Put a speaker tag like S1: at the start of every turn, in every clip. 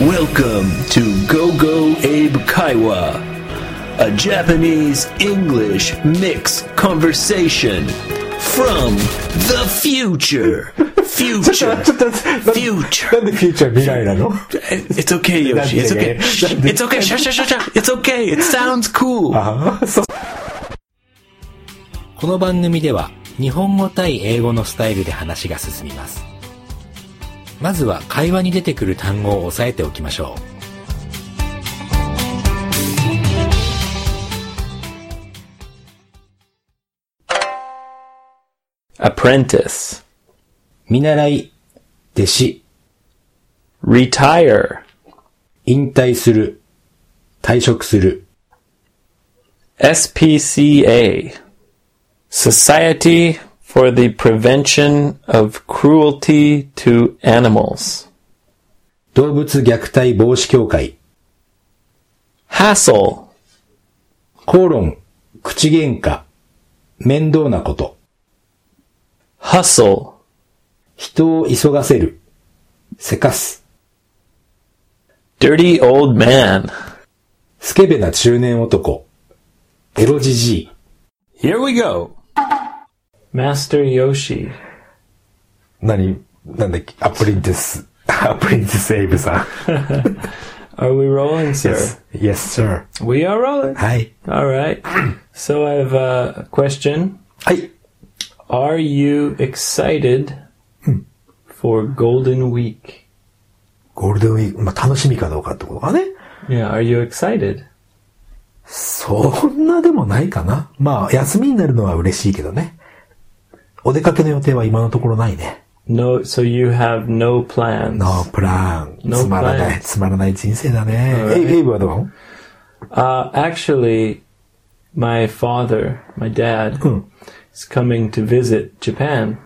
S1: Welcome to Go Go Abe Kaiwa, a Japanese English mix conversation from the future.
S2: ちょっ
S1: Future.
S2: と、ちょっと、な
S1: Future.
S2: んでフューチャー未来なの
S1: It's okay, Yoshi. It's okay. Shh, It's okay. Shh, shh, shh, shh. It's okay. It sounds cool.
S2: ああ、そう。
S3: この番組では日本語対英語のスタイルで話が進みます。まずは会話に出てくる単語を押さえておきましょ
S4: apprentice,
S3: う。見習い、弟子、
S4: retire,
S3: 引退する、退職する、
S4: SPCA, Society for the Prevention of Cruelty to Animals,
S3: 動物虐待防止協会、
S4: hassle,
S3: 口論、口喧嘩、面倒なこと、
S4: hustle,
S3: 人を急がせる、せかす、
S4: dirty old man.
S3: スケベな中年男、エロじじい、
S1: Here we go.
S4: Master Yoshi,
S2: 何なんだっけアプリンテス、アプリンテスエイブさん。
S4: are we rolling, sir?
S2: Yes, sir.
S4: We are rolling.
S2: はい。
S4: All right. so I have uh, a question.
S2: はい。
S4: Are you excited for Golden Week?
S2: ゴールデンウィーク、まあ、楽しみかどうかってことかね。
S4: Yeah, are you excited?
S2: そんなでもないかな。まあ、休みになるのは嬉しいけどね。お出かけの予定は今のところないね。
S4: No, so you have no plans.
S2: ノープラン。
S4: No
S2: つまらな
S4: plan.
S2: い、つまらない人生だね。
S4: Alright.
S2: エイブエイブはどう
S4: Uh, actually, my father, my dad,
S2: Hmm.
S4: is coming to visit Japan.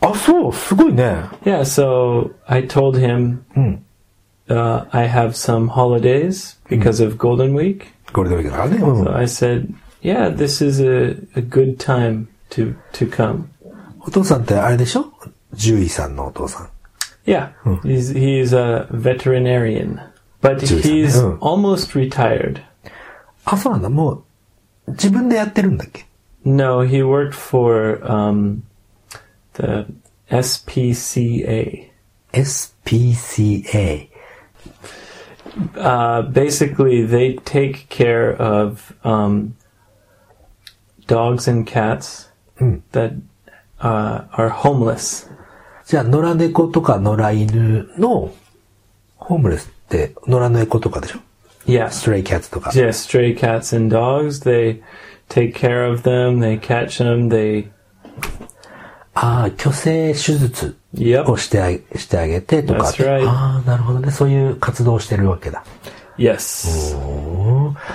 S2: あ、そう、すごいね。
S4: Yeah, so I told him
S2: Hmm.
S4: uh, I have some holidays because
S2: Hmm.
S4: of Golden Week.
S2: ゴールデンウィークだからね。うん
S4: So I said, yeah, this is a, a good time to, to come.
S2: お父さんってあれでしょ獣医さんのお父さん。
S4: Yeah,
S2: Hmm.
S4: he's, he's a veterinarian, but
S2: Jeez.
S4: he's
S2: Hmm.
S4: almost retired.
S2: あ、そうなんだ。もう、自分でやってるんだっけ
S4: No, he worked for um, the SPCA.
S2: ?SPCA。
S4: Uh, basically, they take care of um, dogs and cats that uh, are homeless.
S2: じゃあ、野良猫とか野良犬の、ホームレスって、野良猫とかでしょ
S4: Yeah,
S2: ストレイキャッツとか。
S4: yeah, stray cats and dogs. They take care of them. They catch them. They
S2: ああ、虚勢手術
S4: yep.
S2: をしてあげしてあげてとかって。
S4: That's right.
S2: ああ、なるほどね。そういう活動をしてるわけだ。
S4: Yes,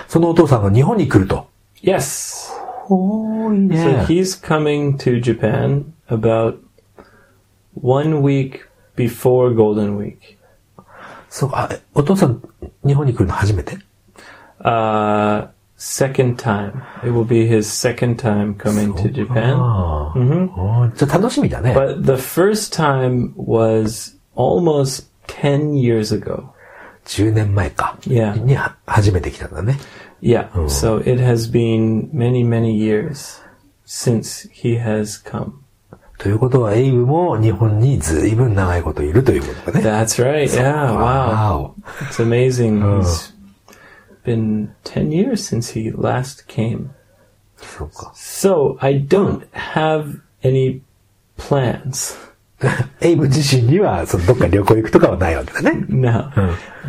S2: そのお父さんが日本に来ると。
S4: yes.
S2: おー、いい
S4: So he's coming to Japan about one week before Golden Week.
S2: そうか、あお父さん、日本に来るの初めて
S4: Uh, second time. It will be his second time coming to Japan.
S2: ああ、おーじゃあ楽しみだね。
S4: But the first time was almost 10 years ago.
S2: 10年前か。
S4: Yeah.
S2: には初めて来たんだね。
S4: Yeah. So it has been many, many years since he has come.
S2: ということは、エイブも日本にずいぶん長いこといるということだね。
S4: That's right. Yeah. Wow.
S2: わー
S4: It's amazing. It's been 10 years since he last came.
S2: おそうか。
S4: So I don't have any plans
S2: エイブ自身には、そのどっか旅行行くとかはないわけだね。
S4: now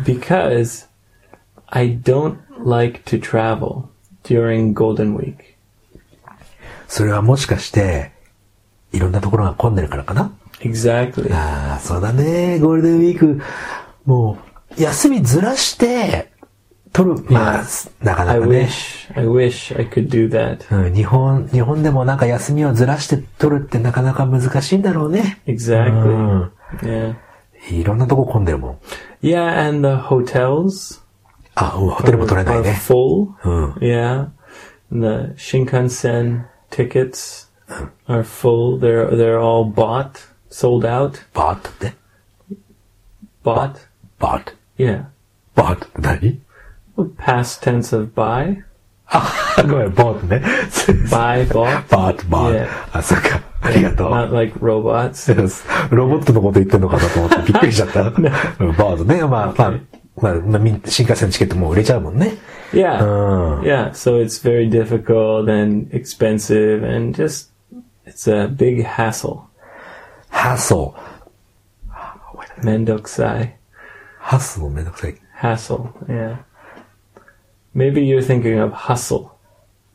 S4: because I don't like to travel during Golden Week.
S2: それはもしかして、いろんなところが混んでるからかな
S4: Exactly.
S1: Ah,
S2: ああ、そうだね。ゴールデンウィーク、もう、休みずらして、取る。まあ、なかな
S4: I
S2: かね。
S4: wish I wish I could do that.
S2: うん、日本、日本でもなんか休みをずらして取るってなかなか難しいんだろうね。
S4: Exactly.
S2: Mm.
S4: Yeah.
S2: いろんなとこ混んでるもん。
S4: Yeah, and the hotels
S2: あ、うん、ホテルも取れない
S4: are
S2: ね。
S4: full.
S2: うん。
S4: Yeah. And the Shinkansen tickets are full. They're they're all bought, sold out,
S2: バーっとって。
S4: bought.
S2: but,
S4: Yeah.
S2: but って何
S4: Past tense of buy.
S2: あ、ごめん、but ね。
S4: Buy, bought.
S2: but, but.
S4: Yeah.
S2: あ、そっか。ありがとう。
S4: Not like robots.
S2: ロボットのこと言ってんのかなと思ってびっくりしちゃった。うんバー ドね。まあ、まあ、まあ、まあみん新幹線のチケットもう売れちゃうもんね。
S4: Yeah.
S2: Ah.
S4: Yeah. So it's very difficult and expensive and just, it's a big hassle.
S2: ハッソー。
S4: Mendokusai.
S2: ハッソーもめんどくさい。
S4: Hassle. Yeah. Maybe you're thinking of hustle.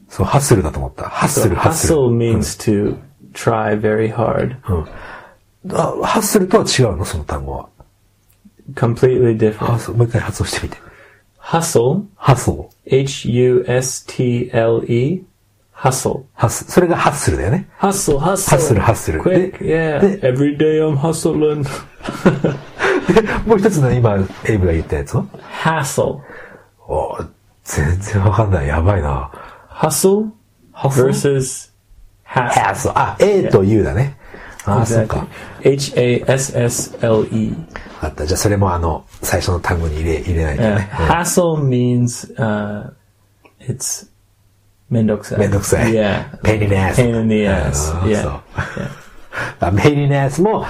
S2: そう、ハッスルだと思った。ハッ
S4: So
S2: スル、ハッスル。
S4: hustle Hmm. means to try very hard.
S2: あハッスルとは違うのその単語は。
S4: Completely
S2: ハッ
S4: different.
S2: スル、もう一回発音してみて。
S4: Hustle.
S2: ハッソー。
S4: H U S T L E. Hustle.
S2: ハッスル。それがハッスルだよね。
S4: Hustle, hustle.
S2: Hustle, hustle. They-
S4: Quick, yeah.
S2: they-
S4: Every day I'm hustling.
S2: で、もう一つの今、エイブが言ったやつは
S4: Hassle.
S2: おー全然わかんない。やばいな。
S4: Hustle
S2: ハッソー。
S4: versus hassle.
S2: ハッソー。あ、A と U だね。あ、そっか
S4: Exactly.。H A S S L E.
S2: わかった。じゃあそれもあの、最初の単語に入れ、入れないと
S4: Yeah.
S2: ね。
S4: Hassle means uh, it's mendokusai.
S2: めんどくさい。
S4: Yeah.
S2: ペイリネアス。
S4: Pain in the ass.
S2: あー
S4: Yeah.
S2: そうあペイリネアスも、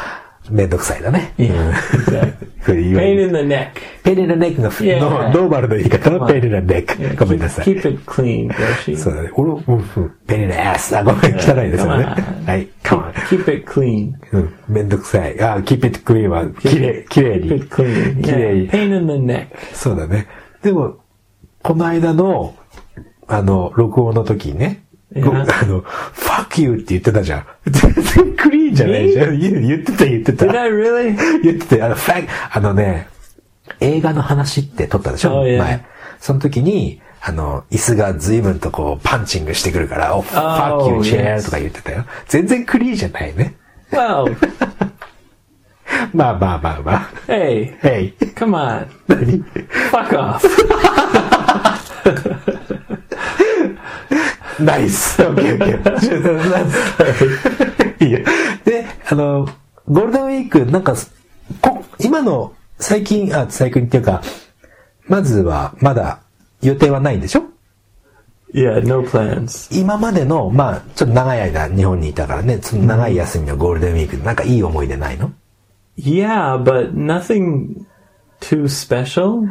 S2: めんどくさいだね。
S4: Yeah, exactly.
S2: これ言わ
S4: Pain
S2: れ
S4: in the neck.
S2: ペイリネネックの、ノー
S4: Yeah.
S2: ノーマルの言い方のペイリネネッ
S4: Yeah,
S2: ク。ごめんなさ
S4: keep,
S2: い。
S4: keep it clean, Yoshi.
S2: そうだね。俺、うんうんペイリネアス。あ、ごめん、汚いですよね。
S4: come on.
S2: はい、カモン。
S4: Keep it clean.
S2: うん、めんどくさい。あ、keep it clean は、きれい、きれい
S4: Keep
S2: に
S4: it。clean.
S2: きれ
S4: Yeah.
S2: い。
S4: Pain in the neck.
S2: そうだね。でも、この間の、あの、録音の時にね、
S4: いや
S2: ごあの、fuck you って言ってたじゃん。全然クリーンじゃないじゃん。言う言ってた言って
S4: Did
S2: た。
S4: I really?
S2: 言ってたあの、fuck あのね、映画の話って撮ったでしょ、
S4: Oh, yeah.
S2: 前。その時に、あの、椅子が随分とこう、パンチングしてくるから、oh, fuck you,
S4: Oh,
S2: chair
S4: yes.
S2: とか言ってたよ。全然クリーンじゃないね。
S4: Well,
S2: まあまあまあまあ。
S4: hey,
S2: えい。
S4: come on.
S2: 何
S4: Fuck off.
S2: ナイス。オッケーオッケー。 いいよ。で、あの、ゴールデンウィーク、なんか、こ今の、最近、あ、最近っていうか、まずは、まだ、予定はないんでしょ
S4: Yeah, no plans.
S2: 今までの、まあ、ちょっと長い間、日本にいたからね、その長い休みのゴールデンウィーク、なんかいい思い出ないの
S4: Yeah, but nothing too special.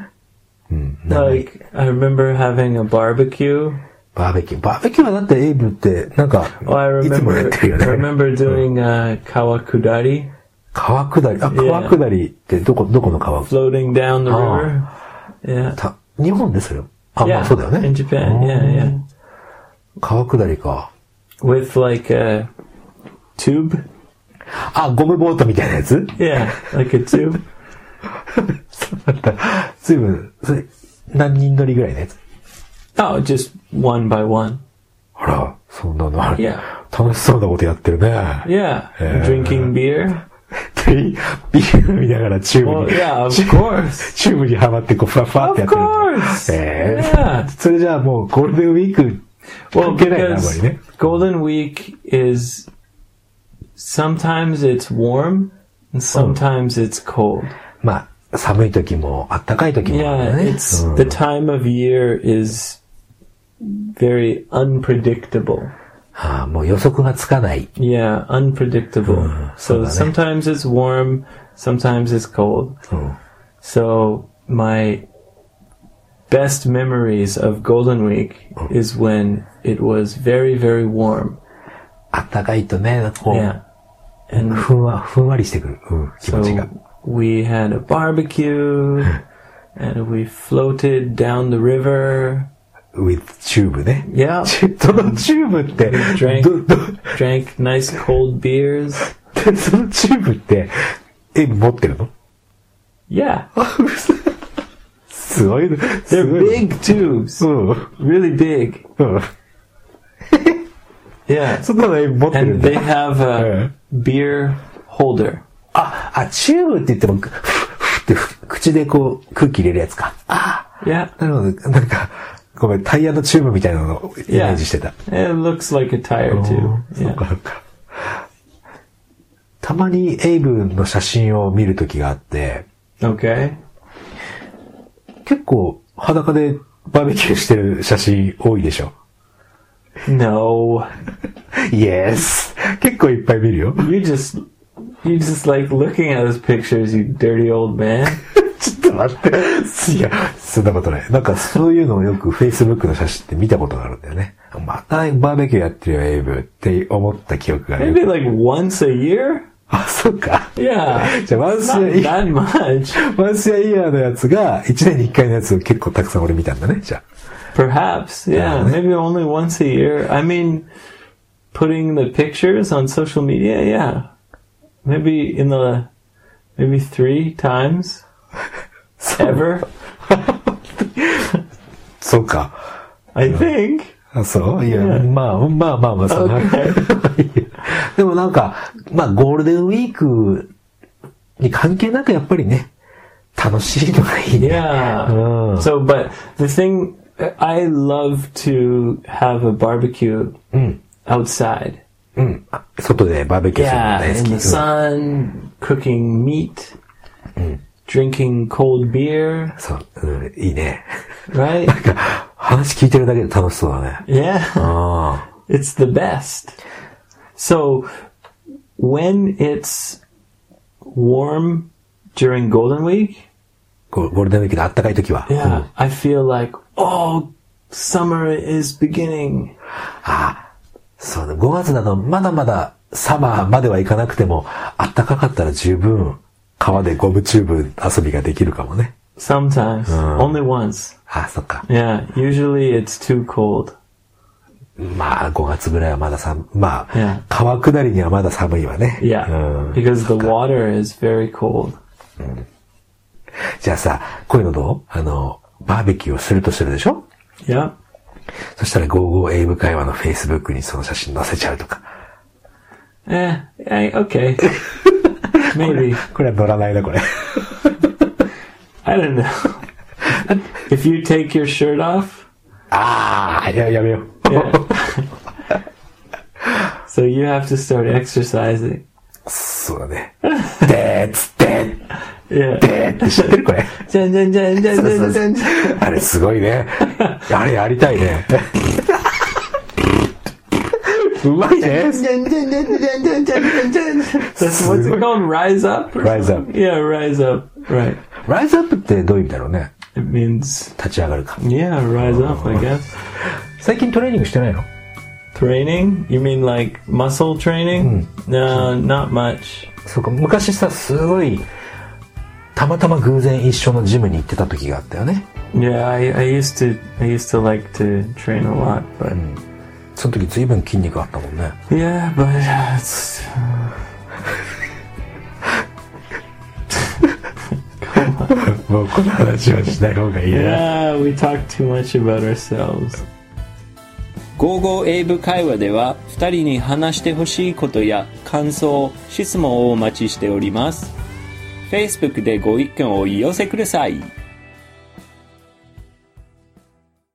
S2: 長い
S4: Like, I remember having a barbecue.
S2: バーベキュー。バーベキューはだって、エイブって、なんか、
S4: Oh, I
S2: いつもやっ
S4: remember,
S2: て
S4: I
S2: るよね。
S4: remember doing uh, kawakudari,
S2: 川下り。あ、川下りって、どこ、どこの川
S4: floating down the
S2: Oh.
S4: river. Yeah.
S2: た日本ですよ。あ、まあ
S4: Yeah,
S2: そうだよね
S4: in。Japan. Yeah, yeah.
S2: 川下りか。
S4: With like a tube.
S2: あ、ゴムボートみたいなやつ
S4: Yeah, like a tube.
S2: ずいぶん、それ、何人乗りぐらいのやつ
S4: Oh, just one by one.
S2: あら、そんなのある。
S4: いや
S2: 楽しそうなことやってるね。
S4: Yeah,
S2: Yeah.
S4: drinking beer.
S2: で ビール見ながら チューブ
S4: Well,
S2: に、
S4: yeah, of course.
S2: チューブにはまってこう、ふわふわってやっ
S4: Of
S2: てるんだ。
S4: course.
S2: えー
S4: Yeah.
S2: それじゃあもうゴールデンウィーク
S4: Well,
S2: 関係ないな、あんま
S4: because
S2: りね。
S4: Golden Week is sometimes it's warm and sometimes it's cold.
S2: まあ、寒い時も、暖かい時もある
S4: Yeah,
S2: ね。
S4: it's
S2: うん
S4: the time of year is very unpredictable.
S2: ああもう予測がつかない。
S4: Yeah, unpredictable. So
S2: somebody.
S4: sometimes it's warm, sometimes it's cold.
S2: うん、
S4: So my best memories of Golden Week is when it was very, very warm.
S2: 暖かいとね、こう、
S4: Yeah. And
S2: ふんわ、ふんわりしてくる。うん、気持ちが。
S4: So we had a barbecue and we floated down the river.
S2: with チューブね。
S4: Yeah.
S2: チュそのチューブって、
S4: Drank
S2: ど、ど、
S4: Drank nice cold beers.
S2: でそのチューブって、え、持ってるの
S4: Yeah.
S2: すごいね、す
S4: They're
S2: ごいね。
S4: big tubes.
S2: うん。
S4: Really big.
S2: うん。
S4: Yeah.
S2: そんなのえ持ってるん
S4: And
S2: だ
S4: they。have a beer holder.
S2: あ、あ、チューブって言っても、ふふってふ口でこう空気入れるやつか。あ
S4: Yeah.
S2: あ、なるほど。なんか、ごめん、タイヤのチューブみたいなのをイメ
S4: Yeah.
S2: ージしてた。
S4: It looks like a tire
S2: そ
S4: too.
S2: う
S4: Yeah.
S2: か、そうか。たまにエイブの写真を見るときがあって、
S4: Okay.
S2: 結構裸でバーベキューしてる写真多いでし ょ。
S4: No.
S2: イエス。結構いっぱい見るよ。
S4: You just you just like looking at those pictures, you dirty old man.
S2: ちょっと待って。いや、そんなことない。なんかそういうのをよく Facebook の写真って見たことがあるんだよね。またバーベキューやってるよ、エイブって思った記憶がある。
S4: Maybe like once a year?
S2: あ、そっか。
S4: Yeah.
S2: じゃあワンス
S4: Not
S2: イヤ
S4: that much.
S2: ー、ワンスイヤーのやつが、1年に1回のやつを結構たくさん俺見たんだね、じゃ
S4: Perhaps.
S2: Yeah.
S4: Yeah. Maybe only once a year. I mean putting the pictures on social media, yeah. Maybe in the maybe three times
S2: あ。
S4: ever.
S2: そうか。
S4: I think.
S2: あそういや、
S4: Yeah.
S2: まあ、まあまあまあ、そん な。でもなんか、まあ、ゴールデンウィークに関係なくやっぱりね、楽しいのがいいね。
S4: Yeah.
S2: Oh.
S4: So, but the thing, I love to have a barbecue outside.
S2: うん。あ外でバーベキューするの
S4: Yeah,
S2: 大
S4: in
S2: 好き。
S4: the sun, cooking meat, drinking cold beer,
S2: そう、うん、いいね。
S4: right?
S2: 話聞いてるだけで楽しそうだね。
S4: Yeah,
S2: あ
S4: it's the best. So, when it's warm during Golden Week,
S2: あ。ゴゴールデンウィークで暖かい時は。うん
S4: yeah, I feel like, oh, summer is beginning.
S2: あそうだ、5月などまだまだサマーまではいかなくても、暖かかったら十分川でゴムチューブ遊びができるかもね。
S4: Sometimes, only once.
S2: あ、そっか。
S4: Yeah, usually it's too cold.
S2: まあ、5月ぐらいはまだ寒、ま
S4: いや
S2: あ、川下りにはまだ寒いわね。
S4: Yeah,
S2: うん
S4: because the water is very cold.
S2: じゃあさ、こういうのどうあの、バーベキューをするとするでしょ
S4: Yeah.
S2: そしたら55英語会話の Facebook にその写真載せちゃうとか。
S4: Eh, eh, okay. Maybe.
S2: これは乗らないな、これ。
S4: I don't know. if you take your shirt off,
S2: ああ、いや、やめよう。
S4: so you have to start exercising.
S2: そうだね。でーっつってー
S4: Yeah.
S2: でーって知ってるこれ。
S4: Jan, jan, jan, jan, jan, jan, jan.
S2: あれすごいね。あれやりたいね。うまいね。
S4: Jan, jan, jan, jan, jan, jan, jan, jan. That's what's it called? Rise up? or
S2: Rise
S4: something? Yeah, rise up. Right.
S2: Rise up ってどういう意味だろうね。
S4: It means,
S2: 立ち上がるか。
S4: yeah, rise up, I guess.
S2: 最近トレーニングしてないの
S4: Training? You mean like muscle training? No, not much.
S2: そうか、昔さ、すごい、たまたま偶然一緒のジムに行ってた時があったよね。
S4: Yeah, I, I used to I used to like to train a lot, but
S2: その時随分筋肉あったもんね。
S4: yeah, but uh, it's Come on.
S2: もうこの話はしない方がいい。
S4: yeah, we talk too much about ourselves.
S5: 55英語会話では2人に話してほしいことや感想質問をお待ちしております Facebook でご意見をお寄せください